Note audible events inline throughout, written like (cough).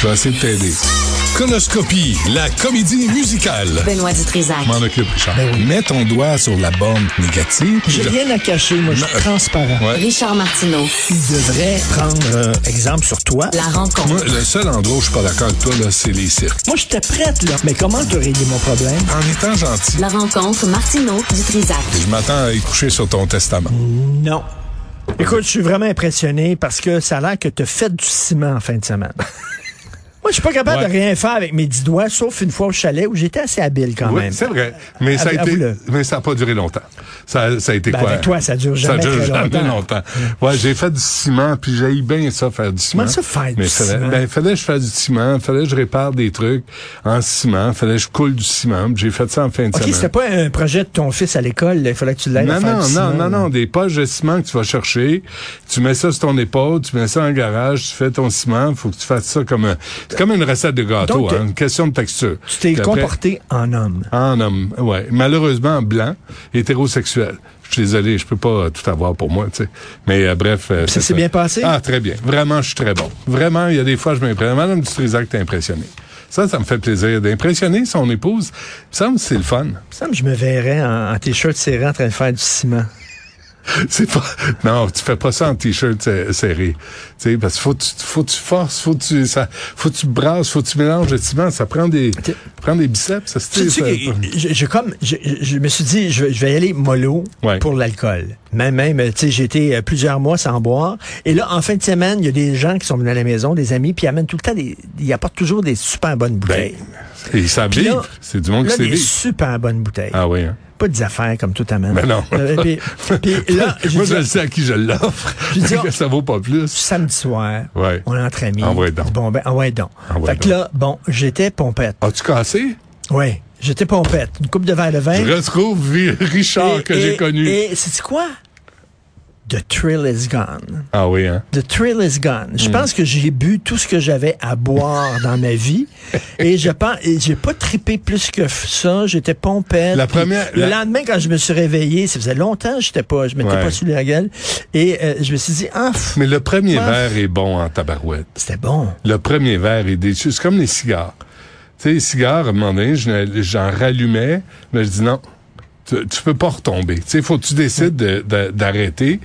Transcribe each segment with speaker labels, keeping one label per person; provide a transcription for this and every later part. Speaker 1: Je vais essayer de t'aider. Conoscopie, la comédie musicale.
Speaker 2: Benoît Dutrisac.
Speaker 1: M'en occupe, Richard.
Speaker 3: Ben oui.
Speaker 1: Mets ton doigt sur la bande négative.
Speaker 3: J'ai rien à cacher, moi, je suis transparent.
Speaker 1: Ouais.
Speaker 2: Richard Martineau.
Speaker 3: Il devrait prendre euh, exemple sur toi.
Speaker 2: La rencontre.
Speaker 1: Moi, le seul endroit où je suis pas d'accord avec toi, là, c'est les cirques.
Speaker 3: Moi, j'étais prête, là. Mais comment te régler mon problème?
Speaker 1: En étant gentil,
Speaker 2: La rencontre Martineau-Dutrisac.
Speaker 1: je m'attends à y coucher sur ton testament.
Speaker 3: Non. Écoute, je suis vraiment impressionné parce que ça a l'air que tu fait du ciment en fin de semaine. (laughs) Moi, je suis pas capable
Speaker 1: Ouais.
Speaker 3: de rien faire avec mes dix doigts, sauf une fois au chalet où j'étais assez habile quand
Speaker 4: Oui,
Speaker 3: même.
Speaker 4: c'est vrai. Mais ça, a été,
Speaker 3: Avoue-le.
Speaker 4: mais ça a pas duré longtemps. Ça, ça a été
Speaker 3: Ben,
Speaker 4: quoi?
Speaker 3: avec toi, ça dure jamais
Speaker 4: dure
Speaker 3: très
Speaker 4: jamais
Speaker 3: longtemps.
Speaker 4: longtemps. Ouais, j'ai fait du ciment, puis j'ai eu bien ça, faire du ciment.
Speaker 3: Comment ça, faire du
Speaker 4: mais fallait,
Speaker 3: ciment?
Speaker 4: Ben, fallait que je fasse du ciment, fallait que je répare des trucs en ciment, fallait que je coule du ciment. puis J'ai fait ça en fin de
Speaker 3: OK,
Speaker 4: semaine.
Speaker 3: c'était pas un projet de ton fils à l'école, là. il fallait que tu l'aides
Speaker 4: Non,
Speaker 3: à faire
Speaker 4: non,
Speaker 3: du
Speaker 4: non,
Speaker 3: ciment,
Speaker 4: non,
Speaker 3: là.
Speaker 4: non, des poches de ciment que tu vas chercher, tu mets ça sur ton épaule, tu mets ça en garage, tu fais ton ciment, faut que tu fasses ça comme un, c'est comme une recette de gâteau,
Speaker 3: Donc,
Speaker 4: hein,
Speaker 3: euh,
Speaker 4: une question de texture.
Speaker 3: Tu t'es
Speaker 4: Puis après-
Speaker 3: comporté en homme.
Speaker 4: En homme, ouais. Malheureusement, blanc, hétérosexuel. Je suis désolé, je peux pas euh, tout avoir pour moi, tu sais. Mais euh, bref. euh,
Speaker 3: Ça s'est bien passé?
Speaker 4: Ah, très bien. Vraiment, je suis très bon. Vraiment, il y a des fois, je m'impressionne. Madame Dutrisac t'a impressionné. Ça, ça me fait plaisir d'impressionner son épouse. Il me semble que c'est le fun. (laughs)
Speaker 3: Il me semble que je me verrais en, en t-shirt serré en train de faire du ciment.
Speaker 4: C'est pas. Non, tu fais pas ça en t-shirt ser- serré. Tu sais, parce que faut que tu, faut que tu forces, faut que tu, ça, faut que tu brasses, faut que tu mélanges le ciment. Ça prend des, prend des biceps. Ça, se euh, tire,
Speaker 3: Tu sais,
Speaker 4: ça-
Speaker 3: que- je, je- comme, je, je- je me suis dit, je, vais- je vais y aller mollo
Speaker 4: Ouais.
Speaker 3: pour l'alcool. Même, même, tu sais, j'ai été euh, plusieurs mois sans boire. Et là, en fin de semaine, il y a des gens qui sont venus à la maison, des amis, puis ils amènent tout le temps des, ils apportent toujours des super bonnes
Speaker 4: ben,
Speaker 3: bouteilles.
Speaker 4: et ça
Speaker 3: Puis là-
Speaker 4: vive. C'est du monde qui
Speaker 3: là,
Speaker 4: sait
Speaker 3: des
Speaker 4: vivre.
Speaker 3: super bonnes bouteilles.
Speaker 4: Ah oui, hein.
Speaker 3: Pas des affaires comme tout à même.
Speaker 4: Ben non.
Speaker 3: Euh, puis,
Speaker 4: (laughs)
Speaker 3: puis là, j'ai
Speaker 4: Moi,
Speaker 3: dit-
Speaker 4: je le sais à qui je l'offre.
Speaker 3: Je dis-
Speaker 4: (laughs) que ça vaut pas plus.
Speaker 3: samedi soir,
Speaker 4: Ouais.
Speaker 3: on est entre amis.
Speaker 4: Envoie donc.
Speaker 3: Je dis, Bon, ben, envoie donc.
Speaker 4: Envoie
Speaker 3: fait que
Speaker 4: donc.
Speaker 3: là, bon, j'étais pompette.
Speaker 4: As-tu cassé?
Speaker 3: Oui, j'étais pompette. Une coupe de verre de vin.
Speaker 4: Je retrouve Vi- Richard
Speaker 3: Et-
Speaker 4: que
Speaker 3: et-
Speaker 4: j'ai connu.
Speaker 3: Et c'est quoi? The thrill is gone.
Speaker 4: Ah oui, hein.
Speaker 3: The thrill is gone.
Speaker 4: Hmm.
Speaker 3: Je pense que j'ai bu tout ce que j'avais à boire dans
Speaker 4: (laughs)
Speaker 3: ma vie. Et je pense, et j'ai pas tripé plus que f- ça. J'étais pompette.
Speaker 4: La
Speaker 3: Puis
Speaker 4: première-
Speaker 3: Le
Speaker 4: la-
Speaker 3: lendemain, quand je me suis réveillé, ça faisait longtemps, j'étais pas, je m'étais
Speaker 4: Ouais.
Speaker 3: pas sous la gueule. Et euh, je me suis dit, ah, pff,
Speaker 4: Mais le premier
Speaker 3: Ouais.
Speaker 4: verre est bon en tabarouette.
Speaker 3: c'était bon.
Speaker 4: Le premier verre est déçu. C'est comme les cigares. Tu sais, les cigares, à un moment donné, je- j'en rallumais, mais je dis non. Tu, tu peux pas retomber. Tu sais, faut que tu décides de- de- d'arrêter.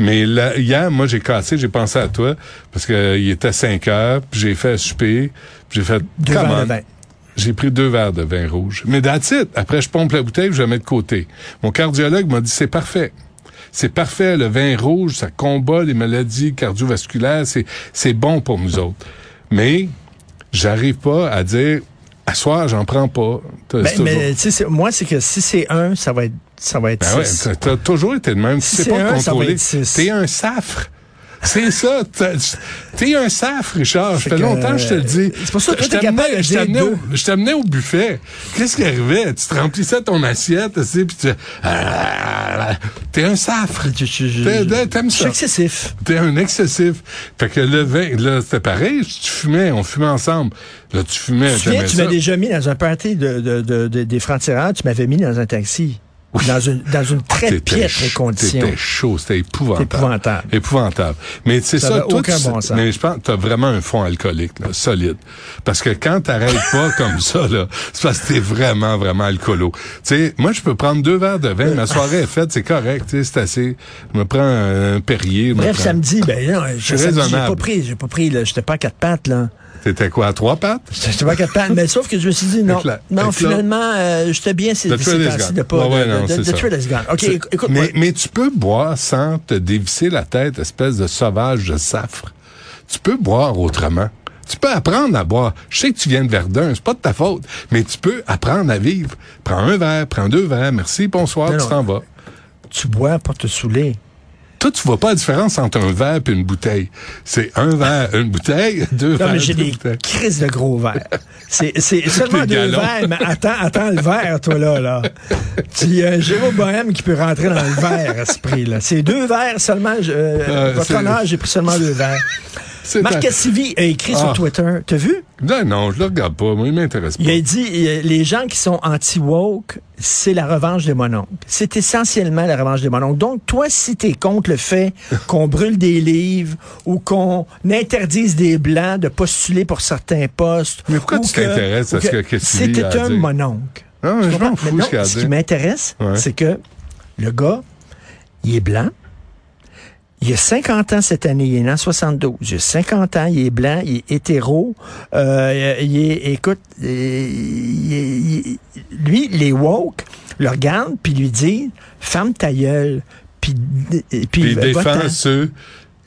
Speaker 4: Mais là, hier, moi, j'ai cassé, j'ai pensé à toi, parce que euh, il était 5 heures, puis j'ai fait souper, puis j'ai fait...
Speaker 3: Deux
Speaker 4: come
Speaker 3: verres de
Speaker 4: on.
Speaker 3: vin.
Speaker 4: J'ai pris deux verres de vin rouge. Mais that's it. Après, je pompe la bouteille, je la mets de côté. Mon cardiologue m'a dit, c'est parfait. C'est parfait, le vin rouge, ça combat les maladies cardiovasculaires, c'est, c'est bon pour nous autres. Mais, j'arrive pas à dire, à soir, j'en prends pas. T'as-
Speaker 3: Ben,
Speaker 4: c'est toujours-
Speaker 3: mais tu sais, c'est- moi, c'est que si c'est un, ça va être, ça va être
Speaker 4: Ben ouais,
Speaker 3: six.
Speaker 4: t'as- t'as toujours été de même.
Speaker 3: Si
Speaker 4: tu sais
Speaker 3: c'est
Speaker 4: pas
Speaker 3: un,
Speaker 4: te
Speaker 3: ça va
Speaker 4: contrôler.
Speaker 3: être six.
Speaker 4: T'es un safre. C'est ça. t'as- T'es un safre, Richard. Ça
Speaker 3: Fait
Speaker 4: fait
Speaker 3: que-
Speaker 4: longtemps que je te le dis.
Speaker 3: C'est pour ça que
Speaker 4: Je
Speaker 3: toi, t'es
Speaker 4: t'amenais-
Speaker 3: capable de
Speaker 4: je
Speaker 3: dire
Speaker 4: t'amenais au-
Speaker 3: deux.
Speaker 4: Je t'amenais au buffet. Qu'est-ce qui arrivait? Tu te remplissais ton assiette, tu sais, puis tu... Ah, T'es un safre.
Speaker 3: Je- je- je-
Speaker 4: T'es- T'aimes
Speaker 3: Je suis
Speaker 4: ça.
Speaker 3: excessif.
Speaker 4: T'es un excessif. Fait que le vin, là, c'était pareil. Tu fumais, on fumait ensemble. Là, tu fumais,
Speaker 3: Tu te souviens,
Speaker 4: t'aimais
Speaker 3: tu
Speaker 4: Euh, ça.
Speaker 3: m'as déjà mis dans un party de, de, de- de- des francs-tireurs, tu m'avais mis dans un taxi. Dans une, dans une très
Speaker 4: Ah, T'étais
Speaker 3: piètre
Speaker 4: ch-
Speaker 3: condition.
Speaker 4: T'étais chaud, c'était épouvantable.
Speaker 3: C'était épouvantable.
Speaker 4: Épouvantable. Mais c'est
Speaker 3: Ça
Speaker 4: ça,
Speaker 3: avait
Speaker 4: toi,
Speaker 3: aucun
Speaker 4: tu-
Speaker 3: bon sens.
Speaker 4: Mais je pense que t'as vraiment un fond alcoolique, là, solide. Parce que quand t'arrêtes
Speaker 3: (laughs)
Speaker 4: pas comme ça, là, c'est parce que t'es vraiment, vraiment alcoolo. Tu sais, moi, je peux prendre deux verres de vin, ma soirée est faite, c'est correct, tu sais, c'est assez. Je me prends un, un Perrier. je me
Speaker 3: Bref,
Speaker 4: prends-
Speaker 3: samedi, ben non,
Speaker 4: hein. suis
Speaker 3: je samedi, j'ai pas
Speaker 4: raisonnable.
Speaker 3: pris, j'ai pas pris, là, j'étais pas à quatre pattes, là.
Speaker 4: T'étais quoi, à trois pattes?
Speaker 3: J'étais pas à quatre pattes, mais sauf que je me suis dit, non,
Speaker 4: Avec la-
Speaker 3: non,
Speaker 4: avec la-
Speaker 3: finalement, euh, j'étais bien, c'est
Speaker 4: The thrill is gone.
Speaker 3: de pas,
Speaker 4: Ouais, ouais, non,
Speaker 3: de, de,
Speaker 4: c'est
Speaker 3: de
Speaker 4: ça.
Speaker 3: thrill is gone. OK,
Speaker 4: Tu-
Speaker 3: éc- écoute,
Speaker 4: mais,
Speaker 3: moi,
Speaker 4: mais tu peux boire sans te dévisser la tête, espèce de sauvage de safre. Tu peux boire autrement. Tu peux apprendre à boire. Je sais que tu viens de Verdun, c'est pas de ta faute, mais tu peux apprendre à vivre. Prends un verre, prends deux verres, merci, bonsoir,
Speaker 3: Non,
Speaker 4: tu
Speaker 3: non.
Speaker 4: t'en vas.
Speaker 3: tu bois pour te saouler.
Speaker 4: Toi, tu vois pas la différence entre un verre et une bouteille. C'est un verre, une bouteille, (laughs) deux
Speaker 3: Non,
Speaker 4: verres,
Speaker 3: mais j'ai
Speaker 4: deux
Speaker 3: des
Speaker 4: bouteilles.
Speaker 3: crises de gros verres. C'est c'est seulement
Speaker 4: Des
Speaker 3: deux
Speaker 4: galons.
Speaker 3: verres, mais attends, attends le verre, toi, là. là. Tu- Il y a un Géo Bohème qui peut rentrer dans le verre à ce prix-là. C'est deux verres seulement. je- euh,
Speaker 4: Ah,
Speaker 3: votre
Speaker 4: c'est-
Speaker 3: honneur, j'ai pris seulement deux verres.
Speaker 4: (laughs) C'est
Speaker 3: Marc
Speaker 4: un-
Speaker 3: Cassivi a écrit sur
Speaker 4: Ah.
Speaker 3: Twitter. T'as vu?
Speaker 4: Non, non, je le regarde pas. Moi, il m'intéresse pas.
Speaker 3: Il a dit euh, les gens qui sont anti-woke, c'est la revanche des mononcles. C'est essentiellement la revanche des mononcles. Donc, toi, si t'es contre
Speaker 4: (laughs)
Speaker 3: le fait qu'on brûle des livres ou qu'on interdise des blancs de postuler pour certains postes.
Speaker 4: Mais pourquoi
Speaker 3: ou
Speaker 4: tu
Speaker 3: que-
Speaker 4: t'intéresses à
Speaker 3: ou
Speaker 4: ce que Cassidy
Speaker 3: C'était
Speaker 4: a à
Speaker 3: un
Speaker 4: dire?
Speaker 3: mononcle.
Speaker 4: Non, Ah, mais
Speaker 3: Tu
Speaker 4: je
Speaker 3: comprends?
Speaker 4: m'en fous
Speaker 3: Mais
Speaker 4: ce qu'il
Speaker 3: non,
Speaker 4: a
Speaker 3: ce
Speaker 4: dit.
Speaker 3: qui m'intéresse,
Speaker 4: Ouais.
Speaker 3: c'est que le gars, il est blanc. Il a 50 ans cette année, il est né en 72. Il a 50 ans, il est blanc, il est hétéro. Euh, il est, écoute, il est- il est- il est- lui, les woke le regardent puis lui disent « Ferme ta gueule », puis et- puis
Speaker 4: Puis il
Speaker 3: va-t'en.
Speaker 4: défend ceux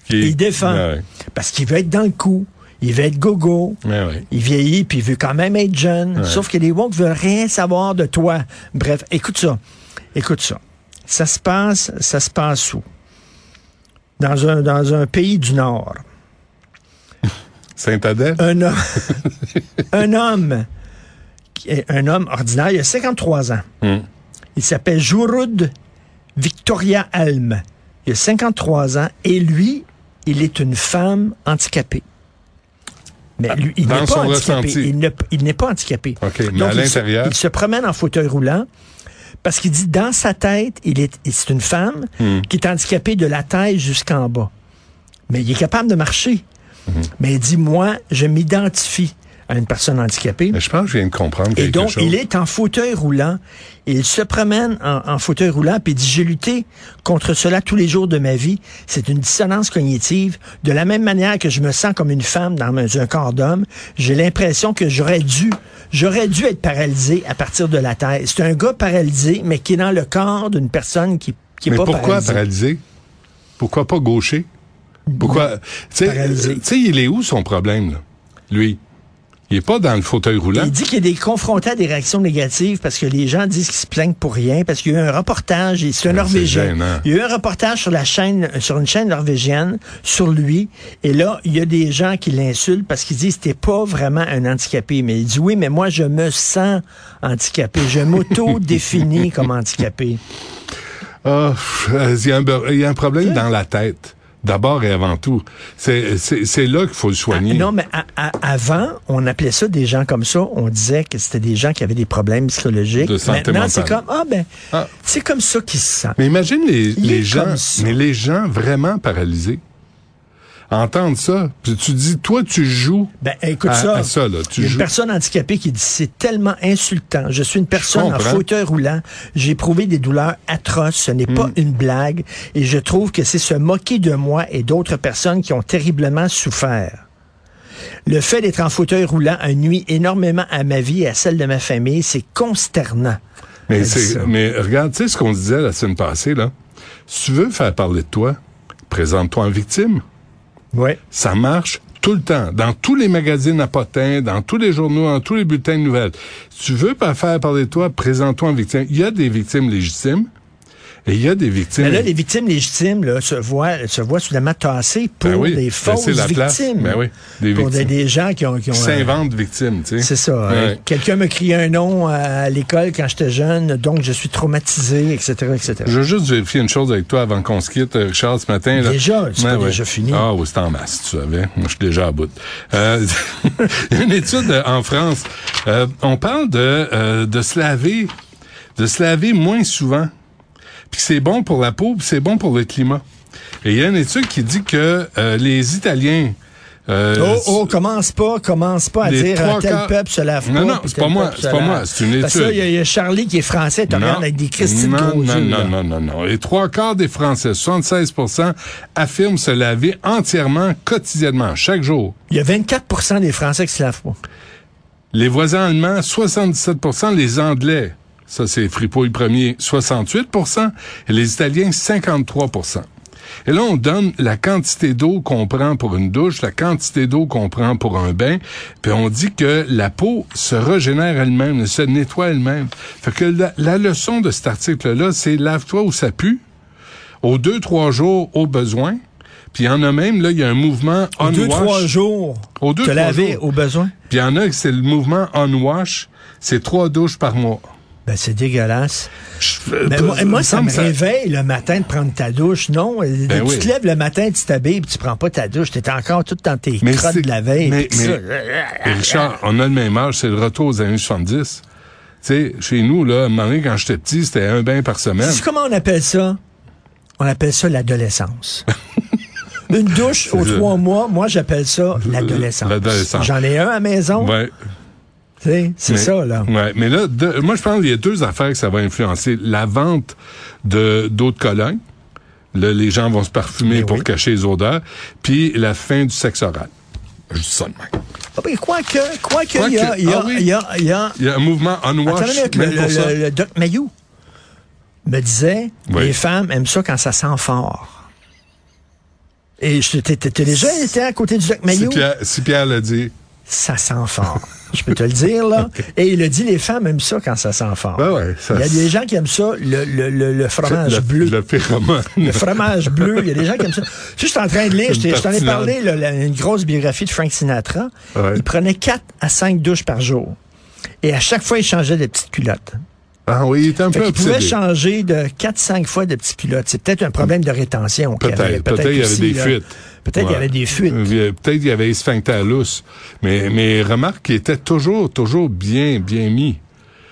Speaker 4: qui.
Speaker 3: Il défend.
Speaker 4: Ouais,
Speaker 3: Parce qu'il veut être dans le coup, il veut être gogo.
Speaker 4: ouais. Ouais, ouais.
Speaker 3: Il vieillit, puis il veut quand même être jeune.
Speaker 4: Ouais.
Speaker 3: Sauf que les woke veulent rien savoir de toi. Bref, écoute ça. Écoute ça. Ça se passe, ça se passe où? Dans un, dans un pays du Nord.
Speaker 4: Saint-Adèle?
Speaker 3: Un homme, (laughs) un homme, qui est un homme ordinaire, il a 53 ans.
Speaker 4: Hum.
Speaker 3: Il s'appelle Jourud Victoria Alm. Il a 53 ans et lui, il est une femme handicapée. Mais lui, il
Speaker 4: Ah, dans
Speaker 3: n'est pas
Speaker 4: son
Speaker 3: handicapé.
Speaker 4: ressenti.
Speaker 3: Il ne- Il n'est pas handicapé.
Speaker 4: OK, mais
Speaker 3: Donc,
Speaker 4: à
Speaker 3: il se-
Speaker 4: l'intérieur-
Speaker 3: Il se promène en fauteuil roulant parce qu'il dit dans sa tête, il est, et c'est une femme
Speaker 4: Hmm.
Speaker 3: qui est handicapée de la taille jusqu'en bas. Mais il est capable de marcher.
Speaker 4: Mhm.
Speaker 3: Mais il dit, moi, je m'identifie à une personne handicapée.
Speaker 4: Mais je pense que je viens de comprendre quelque
Speaker 3: Et donc,
Speaker 4: chose.
Speaker 3: il est en fauteuil roulant. Et il se promène en, en fauteuil roulant puis il dit, j'ai lutté contre cela tous les jours de ma vie. C'est une dissonance cognitive. De la même manière que je me sens comme une femme dans un un corps d'homme, j'ai l'impression que j'aurais dû, j'aurais dû être paralysé à partir de la taille. C'est un gars paralysé, mais qui est dans le corps d'une personne qui, qui est
Speaker 4: Mais
Speaker 3: pas
Speaker 4: pourquoi
Speaker 3: paralysée.
Speaker 4: paralysé? Pourquoi pas gaucher? Pourquoi? Tu sais,
Speaker 3: paralysé.
Speaker 4: euh, tu sais, il est où son problème, là? Lui? Il est pas dans le fauteuil roulant.
Speaker 3: Il dit qu'il est des- confronté à des réactions négatives parce que les gens disent qu'ils se plaignent pour rien, parce qu'il y a eu un reportage, et c'est un
Speaker 4: Ben, c'est
Speaker 3: Norvégien.
Speaker 4: gênant.
Speaker 3: Il y a eu un reportage sur la chaîne, sur une chaîne norvégienne, sur lui, et là, il y a des gens qui l'insultent parce qu'ils disent t'es pas vraiment un handicapé. Mais il dit oui, mais moi, je me sens handicapé.
Speaker 4: (laughs)
Speaker 3: Je m'auto-définis comme handicapé.
Speaker 4: Ah, pff, euh, il, y a un, be- il y a un problème dans la tête. D'abord et avant tout. C'est, c'est, c'est là qu'il faut le
Speaker 3: Ah,
Speaker 4: soigner.
Speaker 3: non, mais a- a- avant, on appelait ça des gens comme ça. On disait que c'était des gens qui avaient des problèmes psychologiques.
Speaker 4: De santé
Speaker 3: Maintenant,
Speaker 4: mentale.
Speaker 3: c'est comme ah ben,
Speaker 4: Ah.
Speaker 3: c'est comme ça qu'ils se sentent.
Speaker 4: Mais imagine les,
Speaker 3: Il est
Speaker 4: les gens,
Speaker 3: comme ça.
Speaker 4: mais les gens vraiment paralysés. Entendre ça, puis tu dis, toi, tu joues
Speaker 3: Ben, écoute
Speaker 4: à,
Speaker 3: ça.
Speaker 4: à Ah, ça, là.
Speaker 3: Il
Speaker 4: Tu
Speaker 3: y a une
Speaker 4: joues.
Speaker 3: personne handicapée qui dit c'est tellement insultant. Je suis une personne en
Speaker 4: comprends.
Speaker 3: fauteuil roulant. J'ai éprouvé des douleurs atroces. Ce n'est
Speaker 4: Hmm.
Speaker 3: pas une blague. Et je trouve que c'est se moquer de moi et d'autres personnes qui ont terriblement souffert. Le fait d'être en fauteuil roulant a nuit énormément à ma vie et à celle de ma famille. C'est consternant.
Speaker 4: Mais,
Speaker 3: Elle
Speaker 4: c'est-
Speaker 3: dit ça.
Speaker 4: mais regarde, tu sais ce qu'on se disait la semaine passée, là. Si tu veux faire parler de toi, présente-toi en victime.
Speaker 3: Ouais.
Speaker 4: Ça marche tout le temps, dans tous les magazines à potins, dans tous les journaux, dans tous les bulletins de nouvelles. Si tu veux pas faire parler de toi, présente-toi en victime. Il y a des victimes légitimes et il y a des victimes...
Speaker 3: Mais là, les victimes légitimes là, se voient, se voient soudainement tassées pour
Speaker 4: Ben oui,
Speaker 3: des fausses
Speaker 4: laisser la place.
Speaker 3: victimes.
Speaker 4: Ben oui, des
Speaker 3: pour des,
Speaker 4: victimes.
Speaker 3: des gens qui ont, qui ont
Speaker 4: qui
Speaker 3: un-
Speaker 4: s'inventent victimes, tu sais.
Speaker 3: C'est ça. hein.
Speaker 4: Ouais.
Speaker 3: Quelqu'un me criait un nom à l'école quand j'étais jeune, donc je suis traumatisé, etc., etc.
Speaker 4: Je veux juste vérifier une chose avec toi avant qu'on se quitte, euh, Richard, ce matin. Là.
Speaker 3: Déjà, c'est pas déjà fini.
Speaker 4: Ah oui, c'est en masse, tu savais. Moi, je suis déjà à bout. Euh, (laughs) une étude euh, en France, euh, on parle de, euh, de se laver, de se laver moins souvent. Puis c'est bon pour la peau, puis c'est bon pour le climat. Et il y a une étude qui dit que euh, les Italiens... euh,
Speaker 3: Oh, oh, commence pas, commence pas à
Speaker 4: Les
Speaker 3: dire euh,
Speaker 4: trois
Speaker 3: tel
Speaker 4: quarts-
Speaker 3: peuple se lave
Speaker 4: Non,
Speaker 3: pas,
Speaker 4: non,
Speaker 3: puis
Speaker 4: c'est
Speaker 3: tel
Speaker 4: pas moi,
Speaker 3: peuple
Speaker 4: c'est
Speaker 3: se
Speaker 4: pas
Speaker 3: lave.
Speaker 4: moi, c'est une
Speaker 3: Parce que là,
Speaker 4: étude.
Speaker 3: il y a- il y, a Charlie qui est français, tu
Speaker 4: Non.
Speaker 3: regardes avec des Christine
Speaker 4: non,
Speaker 3: gros
Speaker 4: non,
Speaker 3: yeux,
Speaker 4: non,
Speaker 3: là.
Speaker 4: non, non, non. Les trois quarts des Français, 76 affirment se laver entièrement, quotidiennement, chaque jour.
Speaker 3: Il y a 24 des Français qui se lavent pas.
Speaker 4: Les voisins allemands, 77 les Anglais, ça c'est Fripouille premier, 68 et les Italiens, 53 et là, on donne la quantité d'eau qu'on prend pour une douche, la quantité d'eau qu'on prend pour un bain, puis on dit que la peau se régénère elle-même, se nettoie elle-même. Fait que la, la leçon de cet article-là, c'est lave-toi où ça pue, aux deux, trois jours au besoin, puis il y en a même, là, il y a un mouvement on
Speaker 3: deux,
Speaker 4: wash.
Speaker 3: trois jours,
Speaker 4: Aux deux,
Speaker 3: te
Speaker 4: trois
Speaker 3: laver
Speaker 4: jours.
Speaker 3: au besoin.
Speaker 4: Puis il y en a que c'est le mouvement on wash, c'est trois douches par mois.
Speaker 3: Ben, c'est dégueulasse.
Speaker 4: Je-
Speaker 3: Ben, moi,
Speaker 4: euh,
Speaker 3: moi,
Speaker 4: me
Speaker 3: ça
Speaker 4: semble
Speaker 3: me
Speaker 4: que ça-
Speaker 3: réveille le matin de prendre ta douche. Non, euh,
Speaker 4: Ben
Speaker 3: tu
Speaker 4: oui.
Speaker 3: te lèves le matin, tu t'habilles, puis tu prends pas ta douche. T'es encore tout dans tes
Speaker 4: Mais
Speaker 3: crottes
Speaker 4: c'est-
Speaker 3: de la veille.
Speaker 4: mais-
Speaker 3: puis tout
Speaker 4: Et Richard, on a le même âge, c'est le retour aux années 70. Tu sais, chez nous, là, à un moment donné, quand j'étais petit, c'était un bain par
Speaker 3: ça.
Speaker 4: semaine.
Speaker 3: Sais-tu comment on appelle ça? On appelle
Speaker 4: (laughs)
Speaker 3: ça l'adolescence. Une douche aux
Speaker 4: ça.
Speaker 3: trois mois, moi, j'appelle ça l'adolescence.
Speaker 4: L'adolescence.
Speaker 3: J'en ai un à la maison.
Speaker 4: Ouais.
Speaker 3: tu sais, C'est
Speaker 4: Mais-
Speaker 3: ça, là.
Speaker 4: Ouais, mais là, de- moi, je pense qu'il y a deux affaires que ça va influencer. La vente de d'autres collants. Là, les gens vont se parfumer
Speaker 3: Mais
Speaker 4: pour
Speaker 3: oui.
Speaker 4: cacher les odeurs. Puis la fin du sexe oral. Je dis ça de même.
Speaker 3: Ah, ben, quoi que, quoi que, il y a,
Speaker 4: Quoique-
Speaker 3: il y a,
Speaker 4: ah oui.
Speaker 3: il y a, il y a-
Speaker 4: Il y a un mouvement
Speaker 3: Attends
Speaker 4: unwash,
Speaker 3: une minute,
Speaker 4: même
Speaker 3: le,
Speaker 4: pour
Speaker 3: le-
Speaker 4: ça.
Speaker 3: le- le Doc Mayou me disait
Speaker 4: Oui.
Speaker 3: les femmes aiment ça quand ça sent fort. Et je t'ai- t'as t'as déjà été à côté du Doc
Speaker 4: si,
Speaker 3: Mayou?
Speaker 4: Pierre, si Pierre l'a dit.
Speaker 3: Ça sent fort. je peux te le
Speaker 4: (laughs)
Speaker 3: dire, là. Et il a dit les femmes aiment ça quand ça sent fort.
Speaker 4: Ben ouais, ça-
Speaker 3: il y a des gens qui aiment ça, le, le- le- le fromage
Speaker 4: le,
Speaker 3: Ah, ben, bleu.
Speaker 4: Le phéromones.
Speaker 3: Le fromage bleu, il y a des gens
Speaker 4: (laughs)
Speaker 3: qui aiment ça. Tu sais, je suis en train de lire, je t'ai- je t'en ai
Speaker 4: Pertinente.
Speaker 3: parlé, là, la- une grosse biographie de Frank Sinatra.
Speaker 4: Ouais.
Speaker 3: Il prenait 4 à 5 douches par jour. Et à chaque fois, il changeait de petites culottes.
Speaker 4: (laughs) Ah oui, il était un
Speaker 3: Fait
Speaker 4: peu
Speaker 3: qu'il pouvait
Speaker 4: obsédé.
Speaker 3: changer de 4-5 fois de petites culottes. C'est peut-être un problème de rétention. qu'il y avait.
Speaker 4: Peut-être. Peut-être il y avait
Speaker 3: aussi,
Speaker 4: des
Speaker 3: là.
Speaker 4: fuites.
Speaker 3: Peut-être qu'il y
Speaker 4: Ouais.
Speaker 3: avait des fuites.
Speaker 4: Euh, Peut-être qu'il y avait les sphincters lousses. Mais, mais remarque qu'il était toujours, toujours bien, bien mis.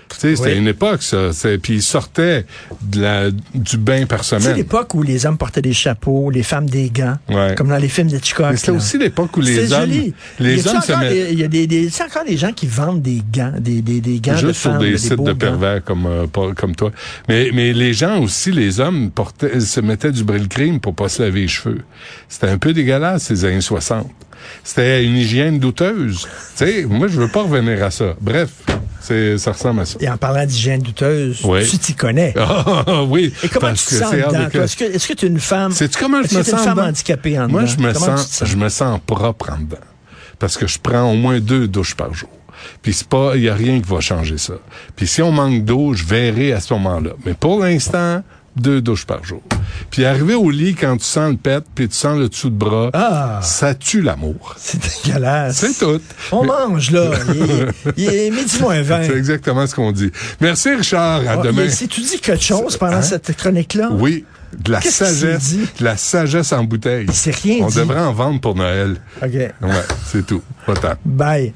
Speaker 4: Tu sais, c'était
Speaker 3: Oui.
Speaker 4: une époque, ça. C'est- Puis il sortait de la, du bain par
Speaker 3: C'est
Speaker 4: semaine.
Speaker 3: l'époque où les hommes portaient des chapeaux, les femmes des gants,
Speaker 4: Ouais.
Speaker 3: comme dans les films d'Hitchcock.
Speaker 4: Mais c'était
Speaker 3: là.
Speaker 4: aussi l'époque où les
Speaker 3: C'était
Speaker 4: hommes-
Speaker 3: joli.
Speaker 4: les
Speaker 3: Y a-tu
Speaker 4: hommes se
Speaker 3: encore
Speaker 4: met-
Speaker 3: des- Il y a des, des- y a encore des gens qui vendent des gants, des, des, des gants de
Speaker 4: Juste sur
Speaker 3: femmes,
Speaker 4: des,
Speaker 3: là,
Speaker 4: sites
Speaker 3: beaux
Speaker 4: de
Speaker 3: gants.
Speaker 4: pervers comme, euh, pas- comme toi. Mais, mais les gens aussi, les hommes portaient, se mettaient du bril crime pour pas se laver les cheveux. C'était un peu dégueulasse, ces années 60. C'était une hygiène douteuse. Tu sais, moi, je veux pas revenir à ça. Bref, c'est, ça ressemble à ça.
Speaker 3: Et en parlant d'hygiène douteuse,
Speaker 4: Ouais.
Speaker 3: tu t'y connais.
Speaker 4: Ah oui.
Speaker 3: Et comment
Speaker 4: parce
Speaker 3: tu te
Speaker 4: que
Speaker 3: sens
Speaker 4: c'est hard
Speaker 3: dedans,
Speaker 4: de-
Speaker 3: toi? Est-ce que, est-ce que tu es une femme?
Speaker 4: Sais-tu comment
Speaker 3: est-ce
Speaker 4: je
Speaker 3: que
Speaker 4: me
Speaker 3: t'es
Speaker 4: sens
Speaker 3: une femme
Speaker 4: dedans?
Speaker 3: handicapée en
Speaker 4: Moi,
Speaker 3: dedans?
Speaker 4: je me
Speaker 3: Comment tu te
Speaker 4: sens, je me sens propre en dedans. Parce que je prends au moins deux douches par jour. Puis c'est pas, il y a rien qui va changer ça. Puis si on manque d'eau, je verrai à ce moment-là. Mais pour l'instant, deux douches par jour. Puis arriver au lit quand tu sens le pet, puis tu sens le dessous de bras,
Speaker 3: Ah!
Speaker 4: ça tue l'amour.
Speaker 3: C'est dégueulasse.
Speaker 4: C'est tout.
Speaker 3: On
Speaker 4: Mais-
Speaker 3: mange, là.
Speaker 4: (laughs)
Speaker 3: Il, il est midi moins 20.
Speaker 4: C'est exactement ce qu'on dit. Merci Richard, à
Speaker 3: Ah,
Speaker 4: demain. Hein?
Speaker 3: il- Si tu dis quelque chose pendant cette chronique-là,
Speaker 4: Oui, de la
Speaker 3: Qu'est-ce que tu
Speaker 4: sagesse,
Speaker 3: dis?
Speaker 4: de la sagesse en bouteille.
Speaker 3: s'est rien
Speaker 4: On
Speaker 3: dit.
Speaker 4: devrait en vendre pour Noël.
Speaker 3: OK.
Speaker 4: Ouais, c'est tout. Pas tant.
Speaker 3: bye.